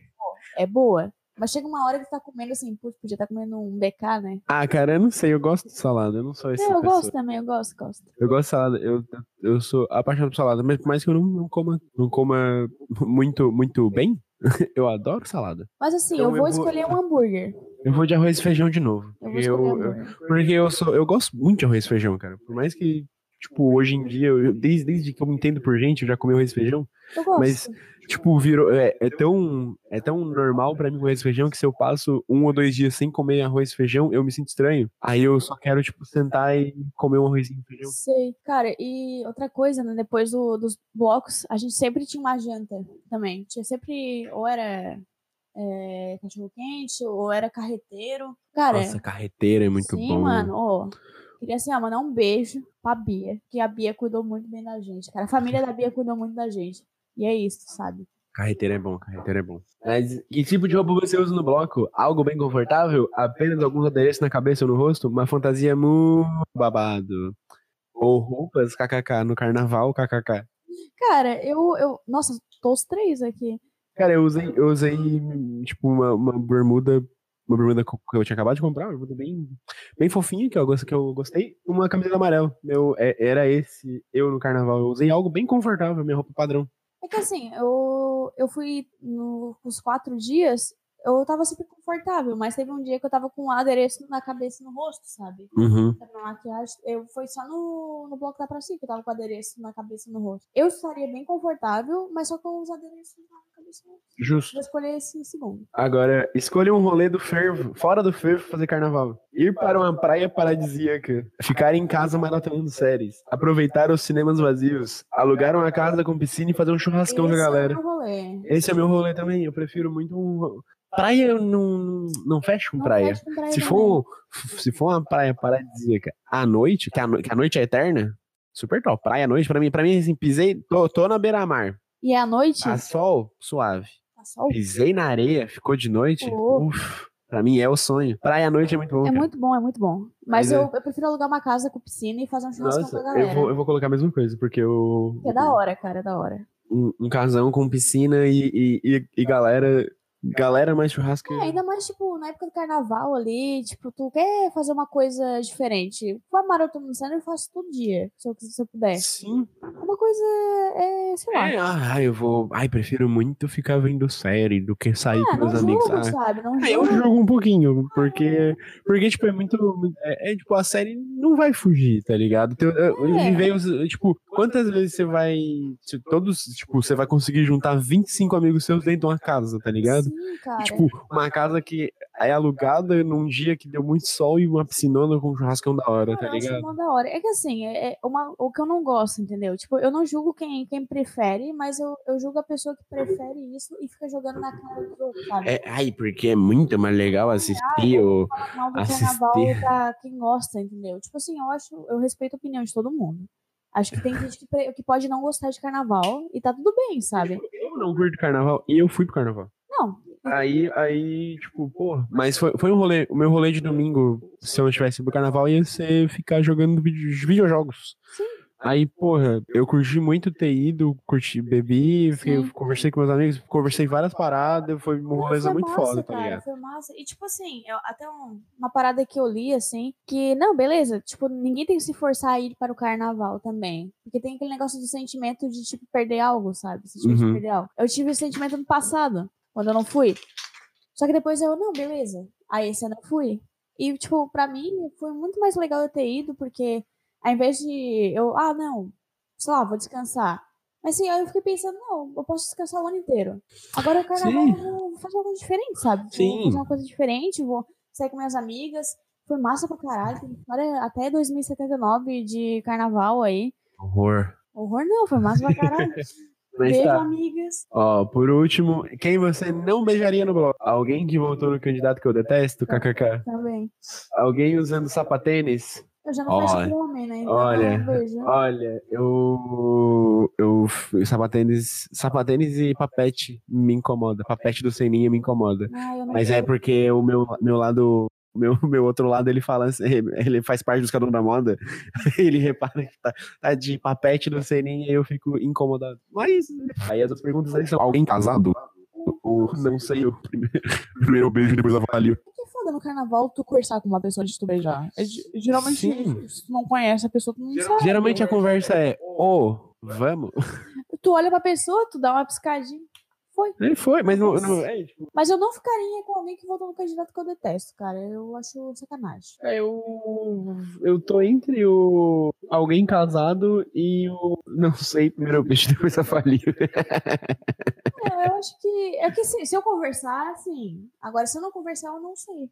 Speaker 3: é boa. Mas chega uma hora que tu tá comendo assim, putz, podia estar comendo um BK, né?
Speaker 1: Ah, cara, eu não sei, eu gosto de salada, eu não sou esse.
Speaker 3: É, eu gosto também, eu gosto, gosto.
Speaker 1: Eu gosto de salada, eu, eu sou apaixonado por salada, mas por mais que eu não, não coma, não coma muito, muito bem, eu adoro salada.
Speaker 3: Mas assim,
Speaker 1: Então
Speaker 3: eu
Speaker 1: eu
Speaker 3: vou
Speaker 1: vou-
Speaker 3: escolher um hambúrguer.
Speaker 1: Eu vou de arroz e feijão de novo.
Speaker 3: Eu vou
Speaker 1: porque
Speaker 3: escolher um
Speaker 1: eu,
Speaker 3: hambúrguer.
Speaker 1: porque eu sou, eu gosto muito de arroz e feijão, cara. Por mais que, tipo, hoje em dia, eu- desde, desde que eu me entendo por gente, eu já comi arroz e feijão.
Speaker 3: Eu gosto.
Speaker 1: mas- Tipo, virou, é, é tão, é tão normal pra mim comer arroz e feijão que se eu passo um ou dois dias sem comer arroz e feijão, eu me sinto estranho. Aí eu só quero, tipo, sentar e comer um arrozinho e feijão.
Speaker 3: Sei, cara, e outra coisa, né? Depois do- dos blocos, a gente sempre tinha uma janta também. Tinha sempre, ou era é, cachorro-quente, ou era carreteiro. Cara,
Speaker 1: Nossa, carreteira é muito
Speaker 3: sim,
Speaker 1: bom.
Speaker 3: mano, ó. Queria assim, ó, mandar um beijo pra Bia, que a Bia cuidou muito bem da gente, cara. A família da Bia cuidou muito da gente. E é isso, sabe?
Speaker 1: Carreteiro é bom, carreteiro é bom. Mas que tipo de roupa você usa no bloco? Algo bem confortável? Apenas alguns adereços na cabeça ou no rosto? Uma fantasia muito babado. Ou roupas, kkk, no carnaval, kkk.
Speaker 3: Cara, eu. eu nossa, tô os três aqui.
Speaker 1: Cara, eu usei, eu usei tipo, uma, uma bermuda, uma bermuda que eu tinha acabado de comprar, uma bermuda bem, bem fofinha, que eu, gosto, que eu gostei, uma camiseta amarela. Meu, é- era esse eu no carnaval. Eu usei algo bem confortável, minha roupa padrão.
Speaker 3: É que assim, eu, eu fui no, os quatro dias, eu tava sempre confortável, mas teve um dia que eu tava com um adereço na cabeça e no rosto, sabe?
Speaker 1: Uhum.
Speaker 3: Na maquiagem, eu foi só no, no bloco da pracinha que eu tava com adereço na cabeça e no rosto. Eu estaria bem confortável, mas só com os adereços na cabeça. isso.
Speaker 1: Justo.
Speaker 3: Vou escolher esse segundo.
Speaker 1: Agora, escolha um rolê do fervo, fora do fervo, fazer carnaval. Ir para uma praia paradisíaca. Ficar em casa maratonando séries. Aproveitar os cinemas vazios. Alugar uma casa com piscina e fazer um churrascão
Speaker 3: esse
Speaker 1: com a
Speaker 3: É
Speaker 1: galera.
Speaker 3: o meu rolê.
Speaker 1: Esse é meu rolê também. Eu prefiro muito um. ro- Praia eu não, não- não fecha com
Speaker 3: Não
Speaker 1: praia.
Speaker 3: fecha com praia
Speaker 1: Se
Speaker 3: também.
Speaker 1: for, um se for uma praia paradisíaca à noite, que a, no- que a noite é eterna, super top. Praia à noite, pra mim, pra mim assim, pisei, tô, tô na beira-mar.
Speaker 3: E é à noite,
Speaker 1: A sol, suave.
Speaker 3: tá sol.
Speaker 1: Pisei na areia, ficou de noite,
Speaker 3: Oh.
Speaker 1: uf, pra mim é o sonho. Praia à noite é muito bom,
Speaker 3: É
Speaker 1: cara.
Speaker 3: muito bom, é muito bom. Mas
Speaker 1: Mas é-
Speaker 3: eu, eu prefiro alugar uma casa com piscina e fazer um churrasco
Speaker 1: Nossa,
Speaker 3: com a galera.
Speaker 1: eu vou, eu vou colocar a mesma coisa, porque eu...
Speaker 3: Que é da hora, cara, é da hora.
Speaker 1: Um, um casão com piscina e, e, e, e galera, galera mais churrasco.
Speaker 3: É, ainda mais, tipo, na época do carnaval ali, tipo, tu quer fazer uma coisa diferente. Com a maratona no centro eu faço todo dia, se eu, se eu puder.
Speaker 1: Sim,
Speaker 3: Uma coisa, é, sei lá.
Speaker 1: é, ah, eu vou. Ai, prefiro muito ficar vendo série do que sair
Speaker 3: ah,
Speaker 1: com
Speaker 3: não
Speaker 1: meus amigos.
Speaker 3: julgo,
Speaker 1: Ah,
Speaker 3: sabe? Não Ah.
Speaker 1: Ah, Eu
Speaker 3: julgo.
Speaker 1: jogo um pouquinho, porque, porque tipo, é muito. É, é, tipo, a série não vai fugir, tá ligado? Tem- eu-
Speaker 3: É.
Speaker 1: E vem os. Tipo, quantas vezes você vai. se Todos. Tipo, você vai conseguir juntar 25 amigos seus dentro de uma casa, tá ligado?
Speaker 3: Sim, assim, cara.
Speaker 1: E, tipo, uma casa que é alugada num dia que deu muito sol e uma piscinona com um churrascão da hora, tá
Speaker 3: Cara, eu acho
Speaker 1: ligado?
Speaker 3: uma da hora. É que assim, é é uma, o que eu não gosto, entendeu? Tipo, eu não julgo quem, quem prefere, mas eu, eu julgo a pessoa que prefere isso e fica jogando na cara do outro, sabe?
Speaker 1: É, ai, porque é muito mais legal assistir o.
Speaker 3: Fala mal do
Speaker 1: assistir.
Speaker 3: carnaval é pra quem gosta, entendeu? Tipo assim, eu acho, eu respeito a opinião de todo mundo. Acho que tem gente que, pre- que pode não gostar de carnaval e tá tudo bem, sabe?
Speaker 1: Eu não curto carnaval e eu fui pro carnaval.
Speaker 3: Não,
Speaker 1: Aí, aí, tipo, porra. Mas foi, foi um rolê. O meu rolê de domingo, se eu não tivesse ido pro carnaval, ia ser ficar jogando vide- videojogos.
Speaker 3: Sim.
Speaker 1: Aí, porra, eu curti muito ter ido, curti, bebi, fiquei-
Speaker 3: Sim.
Speaker 1: conversei com meus amigos, conversei várias paradas, foi um
Speaker 3: Não,
Speaker 1: rolê
Speaker 3: foi
Speaker 1: muito
Speaker 3: massa,
Speaker 1: foda, tá
Speaker 3: cara,
Speaker 1: ligado?
Speaker 3: Foi massa. E tipo assim, eu- até um- uma parada que eu li, assim, que, não, beleza, tipo, ninguém tem que se forçar a ir para o carnaval também. Porque tem aquele negócio do sentimento de, tipo, perder algo, sabe? Sentimento de
Speaker 1: Uhum.
Speaker 3: perder algo. Eu tive esse sentimento no passado, quando eu não fui. Só que depois eu, não, beleza. Aí esse ano eu fui. E, tipo, pra mim foi muito mais legal eu ter ido, porque ao invés de eu, ah, não, sei lá, vou descansar. Mas assim, aí eu fiquei pensando, não, eu posso descansar o ano inteiro. Agora o carnaval
Speaker 1: Sim.
Speaker 3: eu vou fazer uma coisa diferente, sabe? Tipo, Vou
Speaker 1: Sim.
Speaker 3: fazer uma coisa diferente, vou sair com minhas amigas. Foi massa pra caralho. Tem história até 2079 de carnaval aí.
Speaker 1: Horror.
Speaker 3: Horror não, foi massa pra caralho.
Speaker 1: Mas
Speaker 3: Beijo,
Speaker 1: tá.
Speaker 3: amigas.
Speaker 1: Ó, por último, quem você não beijaria no bloco? Alguém que votou no candidato que eu detesto, kkk.
Speaker 3: Também.
Speaker 1: Alguém usando sapatênis?
Speaker 3: Eu já não fecho
Speaker 1: Olha.
Speaker 3: com homem, né? Então,
Speaker 1: Olha.
Speaker 3: um beijo.
Speaker 1: Olha, eu. Eu. Sapatênis. Sapatênis e papete me incomoda. Papete do Seninha me incomoda.
Speaker 3: Ah, eu não
Speaker 1: Mas é porque o meu, meu lado. o Meu, meu outro lado, ele fala assim, ele faz parte dos canos da moda, ele repara que tá, tá de papete do Seninha e eu fico incomodado. Mas, aí as outras perguntas aí são, alguém casado? Ou não sei, o primeiro, primeiro beijo, depois avalio.
Speaker 3: que é foda no carnaval tu conversar com uma pessoa antes de tu beijar. É, ge- geralmente,
Speaker 1: Sim.
Speaker 3: se tu não conhece a pessoa, tu não sabe.
Speaker 1: Geralmente a conversa é, ô, vamos?
Speaker 3: Tu olha pra pessoa, tu dá uma piscadinha.
Speaker 1: Ele foi, mas não, não- é, tipo,
Speaker 3: Mas eu não ficaria com alguém que votou no candidato que eu detesto, cara. Eu acho sacanagem.
Speaker 1: É, eu, eu tô entre o alguém casado e o. Não sei, primeiro bicho, depois a falir.
Speaker 3: É, eu acho que. É que se, se eu conversar, assim. Agora, se eu não conversar, eu não sei.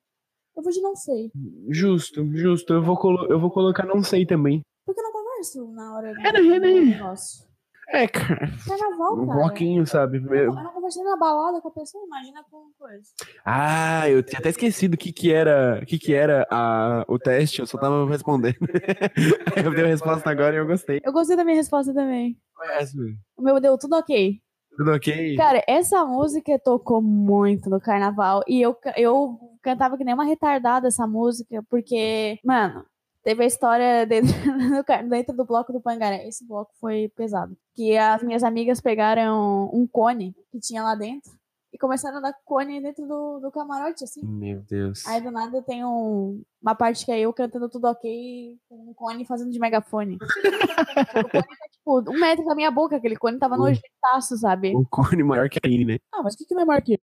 Speaker 3: Eu vou de não sei.
Speaker 1: Justo, justo. Eu vou, colo- eu vou colocar não sei também.
Speaker 3: Porque eu não converso na hora do,
Speaker 1: É, né,
Speaker 3: do
Speaker 1: né?
Speaker 3: negócio.
Speaker 1: É, cara.
Speaker 3: Carnaval,
Speaker 1: Um
Speaker 3: cara.
Speaker 1: bloquinho, sabe?
Speaker 3: Eu
Speaker 1: Primeiro-
Speaker 3: não conversei na balada com a pessoa, imagina com coisa.
Speaker 1: Ah, eu tinha até esquecido o que, que era, o que que era a, o teste, eu só tava respondendo. eu dei a resposta agora e eu gostei.
Speaker 3: Eu gostei da minha resposta também.
Speaker 1: Mas,
Speaker 3: O meu deu tudo ok.
Speaker 1: Tudo ok?
Speaker 3: Cara, essa música tocou muito no carnaval. E eu, ca- eu cantava que nem uma retardada essa música, porque, mano, teve a história dentro, do car- dentro do bloco do Pangaré. Esse bloco foi pesado. Que as minhas amigas pegaram um cone que tinha lá dentro e começaram a dar cone dentro do, do camarote, assim.
Speaker 1: Meu Deus.
Speaker 3: Aí do nada tem um- uma parte que é eu cantando tudo ok, com um cone fazendo de megafone. o cone tá tipo um metro da minha boca, aquele cone tava
Speaker 1: Ui.
Speaker 3: nojentaço, sabe?
Speaker 1: O cone maior que a Aline, né?
Speaker 3: Ah, mas o que, que não é maior que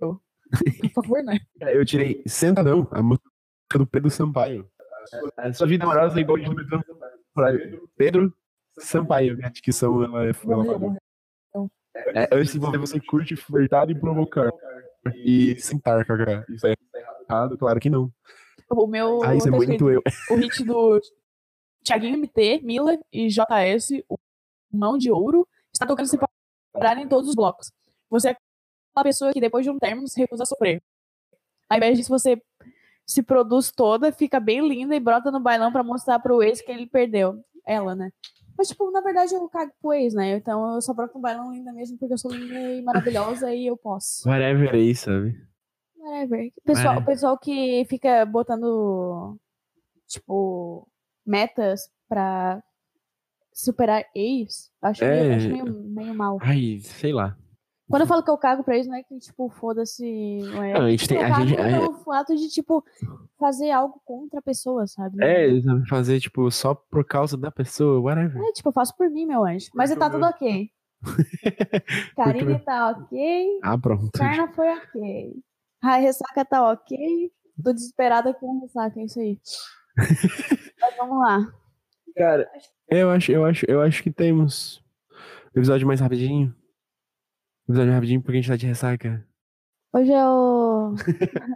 Speaker 3: eu? Por favor, né?
Speaker 1: Cara, Eu tirei Sentadão, a música do Pedro Sampaio. A sua vida amorosa é igual de né, é, Pedro Sampaio. Pedro Sampaio, acho que são ela, ela falou. É, antes de envolver, você curte flertar e provocar. E sentar, cara. Isso é errado? Claro que não.
Speaker 3: O meu.
Speaker 1: Ah, isso é
Speaker 3: tá escrito,
Speaker 1: muito eu.
Speaker 3: O hit do Thiaguinho MT, Mila e JS, o Mão de Ouro, está tocando sem parar em todos os blocos. Você é aquela pessoa que depois de um término se recusa a sofrer. Ao invés disso, você se produz toda, fica bem linda e brota no bailão pra mostrar pro ex que ele perdeu. Ela, né? Mas, tipo, na verdade eu cago pro ex, né? Então eu só broto no bailão linda mesmo porque eu sou linda e maravilhosa e eu posso.
Speaker 1: Whatever aí, sabe?
Speaker 3: Whatever. O pessoal,
Speaker 1: Whatever.
Speaker 3: o pessoal que fica botando, tipo, metas pra superar ex, acho,
Speaker 1: É.
Speaker 3: meio, acho meio, meio mal.
Speaker 1: Ai, sei lá.
Speaker 3: Quando eu falo que eu cago pra ex, não é que, tipo, foda-se. Não é.
Speaker 1: Não, a gente tem.
Speaker 3: Eu
Speaker 1: A
Speaker 3: cago
Speaker 1: gente, é. a-
Speaker 3: pelo fato de, tipo, fazer algo contra a pessoa, sabe?
Speaker 1: é, sabe, fazer, tipo, só por causa da pessoa, whatever.
Speaker 3: É, tipo, eu faço por mim, meu anjo. Mas tá tudo ok. Karine tá ok.
Speaker 1: Ah, pronto.
Speaker 3: Carna foi ok. A ressaca tá ok. Tô desesperada com a ressaca, é isso aí. Mas vamos lá.
Speaker 1: Cara, eu acho, eu acho, eu acho que temos um episódio mais rapidinho. Um episódio rapidinho porque a gente tá de ressaca.
Speaker 3: Hoje é o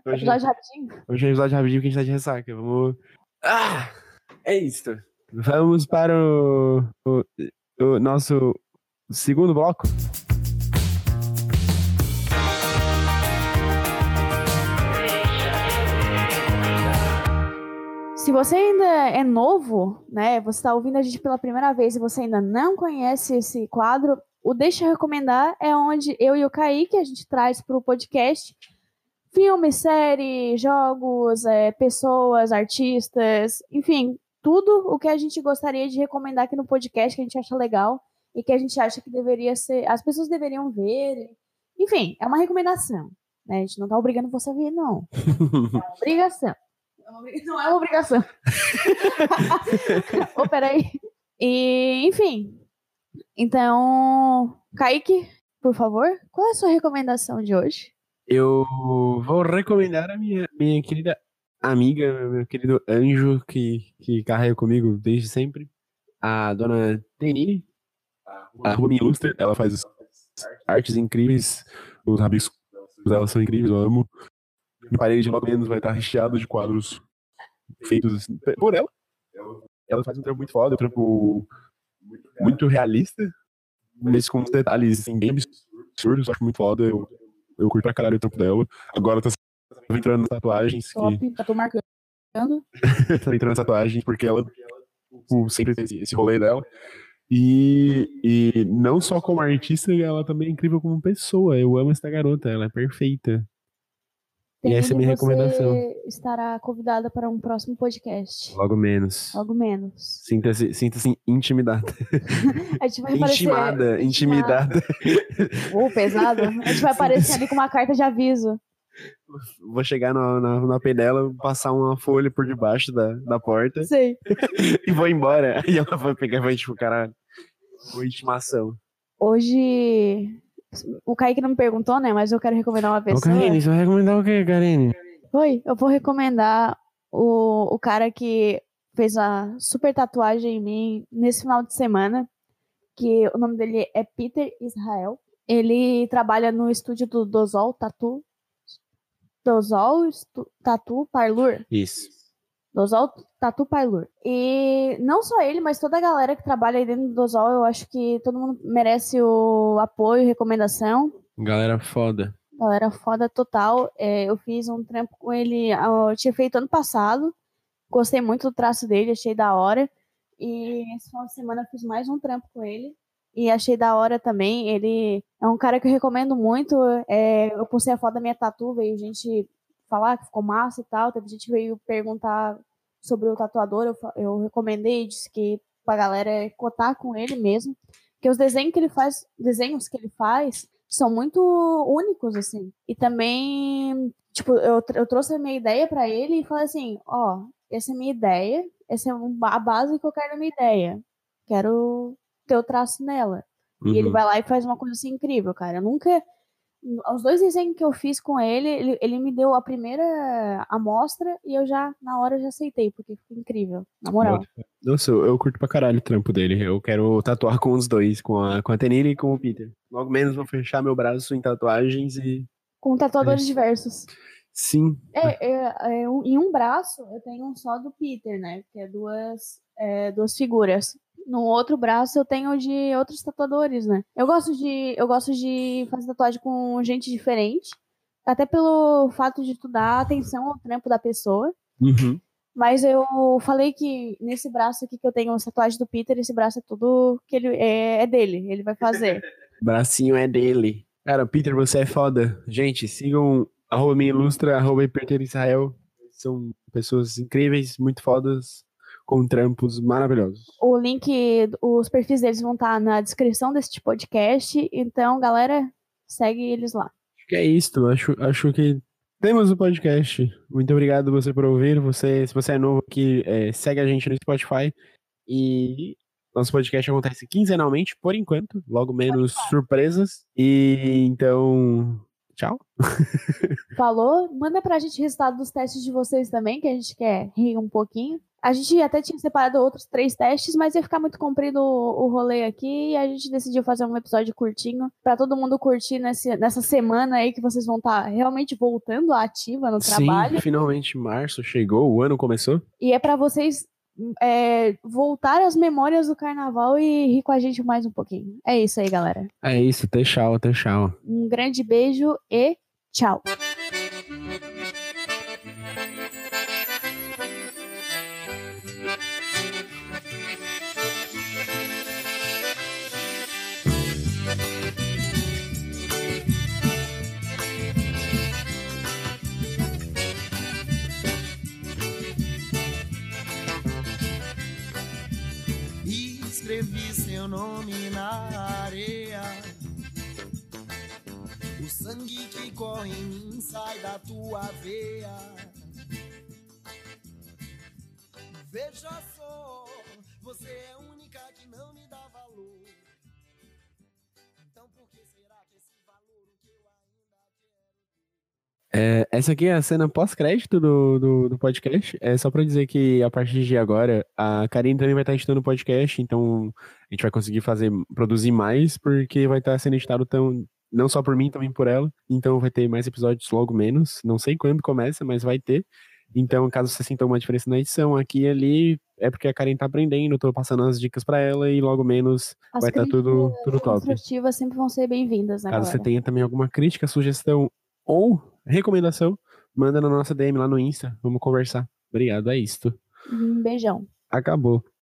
Speaker 1: Hoje,
Speaker 3: episódio rapidinho.
Speaker 1: hoje é um episódio rapidinho porque a gente tá de ressaca. Vamos. Ah! É isso. Vamos para o, o, o nosso segundo bloco.
Speaker 3: Se você ainda é novo, né? Você tá ouvindo a gente pela primeira vez e você ainda não conhece esse quadro, o Deixa eu Recomendar é onde eu e o Kaique a gente traz pro podcast filmes, séries, jogos, eh, pessoas, artistas, enfim, tudo o que a gente gostaria de recomendar aqui no podcast que a gente acha legal e que a gente acha que deveria ser, as pessoas deveriam ver. Enfim, é uma recomendação. né? A gente não tá obrigando você a ver, não. É uma obrigação. É uma obri- Não é uma obrigação. Ô, peraí. E, enfim. Então, Kaique, por favor, qual é a sua recomendação de hoje?
Speaker 1: Eu vou recomendar a minha, minha querida amiga, meu querido anjo que, que carrega comigo desde sempre, a dona Tenine, a Ruby Luster. Ela faz as artes incríveis, os rabiscos dela são incríveis, eu amo. Minha parede, logo menos, vai estar recheada de quadros feitos assim, pe- por ela. Ela faz um trampo muito foda, um trampo muito realista, mas com uns detalhes assim, bem absurdos, eu acho muito foda. Eu eu curto pra caralho o trampo dela. Agora tá entrando nas tatuagens. Que,
Speaker 3: Top, já tô marcando.
Speaker 1: tá entrando nas tatuagens porque ela tipo, sempre tem esse, esse rolê dela. E, e não só como artista, ela também é incrível como pessoa. Eu amo essa garota, ela é perfeita. E essa é a minha
Speaker 3: Termine,
Speaker 1: recomendação.
Speaker 3: Você estará convidada para um próximo podcast.
Speaker 1: Logo menos.
Speaker 3: Logo menos.
Speaker 1: Sinta-se sinta intimidada.
Speaker 3: A gente vai aparecer.
Speaker 1: Intimada, intimidada.
Speaker 3: Ô, pesado. A gente vai aparecer ali com uma carta de aviso.
Speaker 1: Vou chegar na, na, na pé dela, passar uma folha por debaixo da, da porta
Speaker 3: Sei.
Speaker 1: e vou embora. Aí ela vai pegar e vai, tipo, caralho. Uma intimação.
Speaker 3: Hoje. O Kaique não me perguntou, né? Mas eu quero recomendar uma
Speaker 1: Ô,
Speaker 3: pessoa.
Speaker 1: Karine, você vai recomendar o quê, Karine?
Speaker 3: Oi, eu vou recomendar o, o cara que fez a super tatuagem em mim nesse final de semana, que o nome dele é Peter Israel. Ele trabalha no estúdio do Dozol Tatu. Dozol Estu- Tatu Parlur.
Speaker 1: Isso.
Speaker 3: Dozol Tatu Parlur. E não só ele, mas toda a galera que trabalha aí dentro do Dozol, eu acho que todo mundo merece o apoio e recomendação.
Speaker 1: Galera foda.
Speaker 3: Galera foda total. É, eu fiz um trampo com ele, ah, eu tinha feito ano passado. Gostei muito do traço dele, achei da hora. E esse final de semana eu fiz mais um trampo com ele. E achei da hora também. Ele é um cara que eu recomendo muito. É, eu postei a foto da minha tatu, veio gente falar que ficou massa e tal. Teve gente que veio perguntar sobre o tatuador. Eu, fa- eu recomendei, disse que pra galera cotar com ele mesmo. Porque os desenhos que ele faz, desenhos que ele faz são muito únicos, assim. E também, tipo, eu, tr- eu trouxe a minha ideia pra ele e falei assim: ó, essa é a minha ideia, essa é um ba- a base que eu quero na minha ideia.
Speaker 1: Uhum.
Speaker 3: Quero ter o traço nela. E ele vai lá e faz uma coisa assim incrível, cara. Eu nunca Os dois desenhos que eu fiz com ele, ele, ele me deu a primeira amostra e eu já, na hora, já aceitei, porque ficou incrível, na moral.
Speaker 1: Nossa, eu, eu curto pra caralho o trampo dele. Eu quero tatuar com os dois, com a, com a Tenille e com o Peter. Logo menos vou fechar meu braço em tatuagens e.
Speaker 3: Com tatuadores
Speaker 1: É.
Speaker 3: diversos.
Speaker 1: Sim.
Speaker 3: É, é, é, um- em um braço eu tenho um só do Peter, né? Que é duas, é, duas figuras. No outro braço eu tenho de outros tatuadores, né? Eu gosto de, eu gosto de fazer tatuagem com gente diferente. Até pelo fato de tu dar atenção ao trampo da pessoa.
Speaker 1: Uhum.
Speaker 3: Mas eu falei que nesse braço aqui que eu tenho a tatuagem do Peter, esse braço é tudo que ele é, é dele, ele vai fazer.
Speaker 1: Bracinho é dele. Cara, Peter, você é foda. Gente, sigam arroba minha ilustra, arroba Peter Israel. São pessoas incríveis, muito fodas, com trampos maravilhosos.
Speaker 3: O link, os perfis deles vão estar na descrição deste podcast. Então, galera, segue eles lá.
Speaker 1: Acho que é isso. Acho, acho que temos o podcast. Muito obrigado você por ouvir. Você, se você é novo aqui, é, segue a gente no Spotify. E nosso podcast acontece quinzenalmente, por enquanto. Logo menos surpresas. E então, tchau.
Speaker 3: Falou, manda pra gente o resultado dos testes de vocês também, que a gente quer rir um pouquinho. A gente até tinha separado outros três testes, mas ia ficar muito comprido o o rolê aqui e a gente decidiu fazer um episódio curtinho pra todo mundo curtir nesse, nessa semana aí que vocês vão estar realmente voltando à ativa no trabalho.
Speaker 1: Sim, finalmente março chegou, o ano começou.
Speaker 3: E é pra vocês é, voltar às memórias do carnaval e rir com a gente mais um pouquinho. É isso aí, galera.
Speaker 1: É isso, até tchau, até tchau.
Speaker 3: Um grande beijo e tchau.
Speaker 4: Escrevi seu nome na areia. O sangue que corre em mim sai da tua veia. Veja só, você é a única que não me dá valor. Então por que será que esse valor que eu ainda quero?
Speaker 1: É, essa aqui é a cena pós-crédito do, do, do podcast. É só pra dizer que a partir de agora, a Karine também vai estar editando o podcast, então a gente vai conseguir fazer, produzir mais, porque vai estar sendo editado tão, não só por mim, também por ela. Então vai ter mais episódios logo menos. Não sei quando começa, mas vai ter. Então, caso você sinta uma diferença na edição aqui e ali, é porque a Karine tá aprendendo, eu tô passando as dicas pra ela e logo menos
Speaker 3: As
Speaker 1: vai estar tudo, tudo top.
Speaker 3: construtivas sempre vão ser bem-vindas, né,
Speaker 1: Caso você
Speaker 3: galera?
Speaker 1: tenha também alguma crítica, sugestão ou recomendação, manda na nossa DM lá no Insta. Vamos conversar. Obrigado, é isto.
Speaker 3: Um beijão.
Speaker 1: Acabou.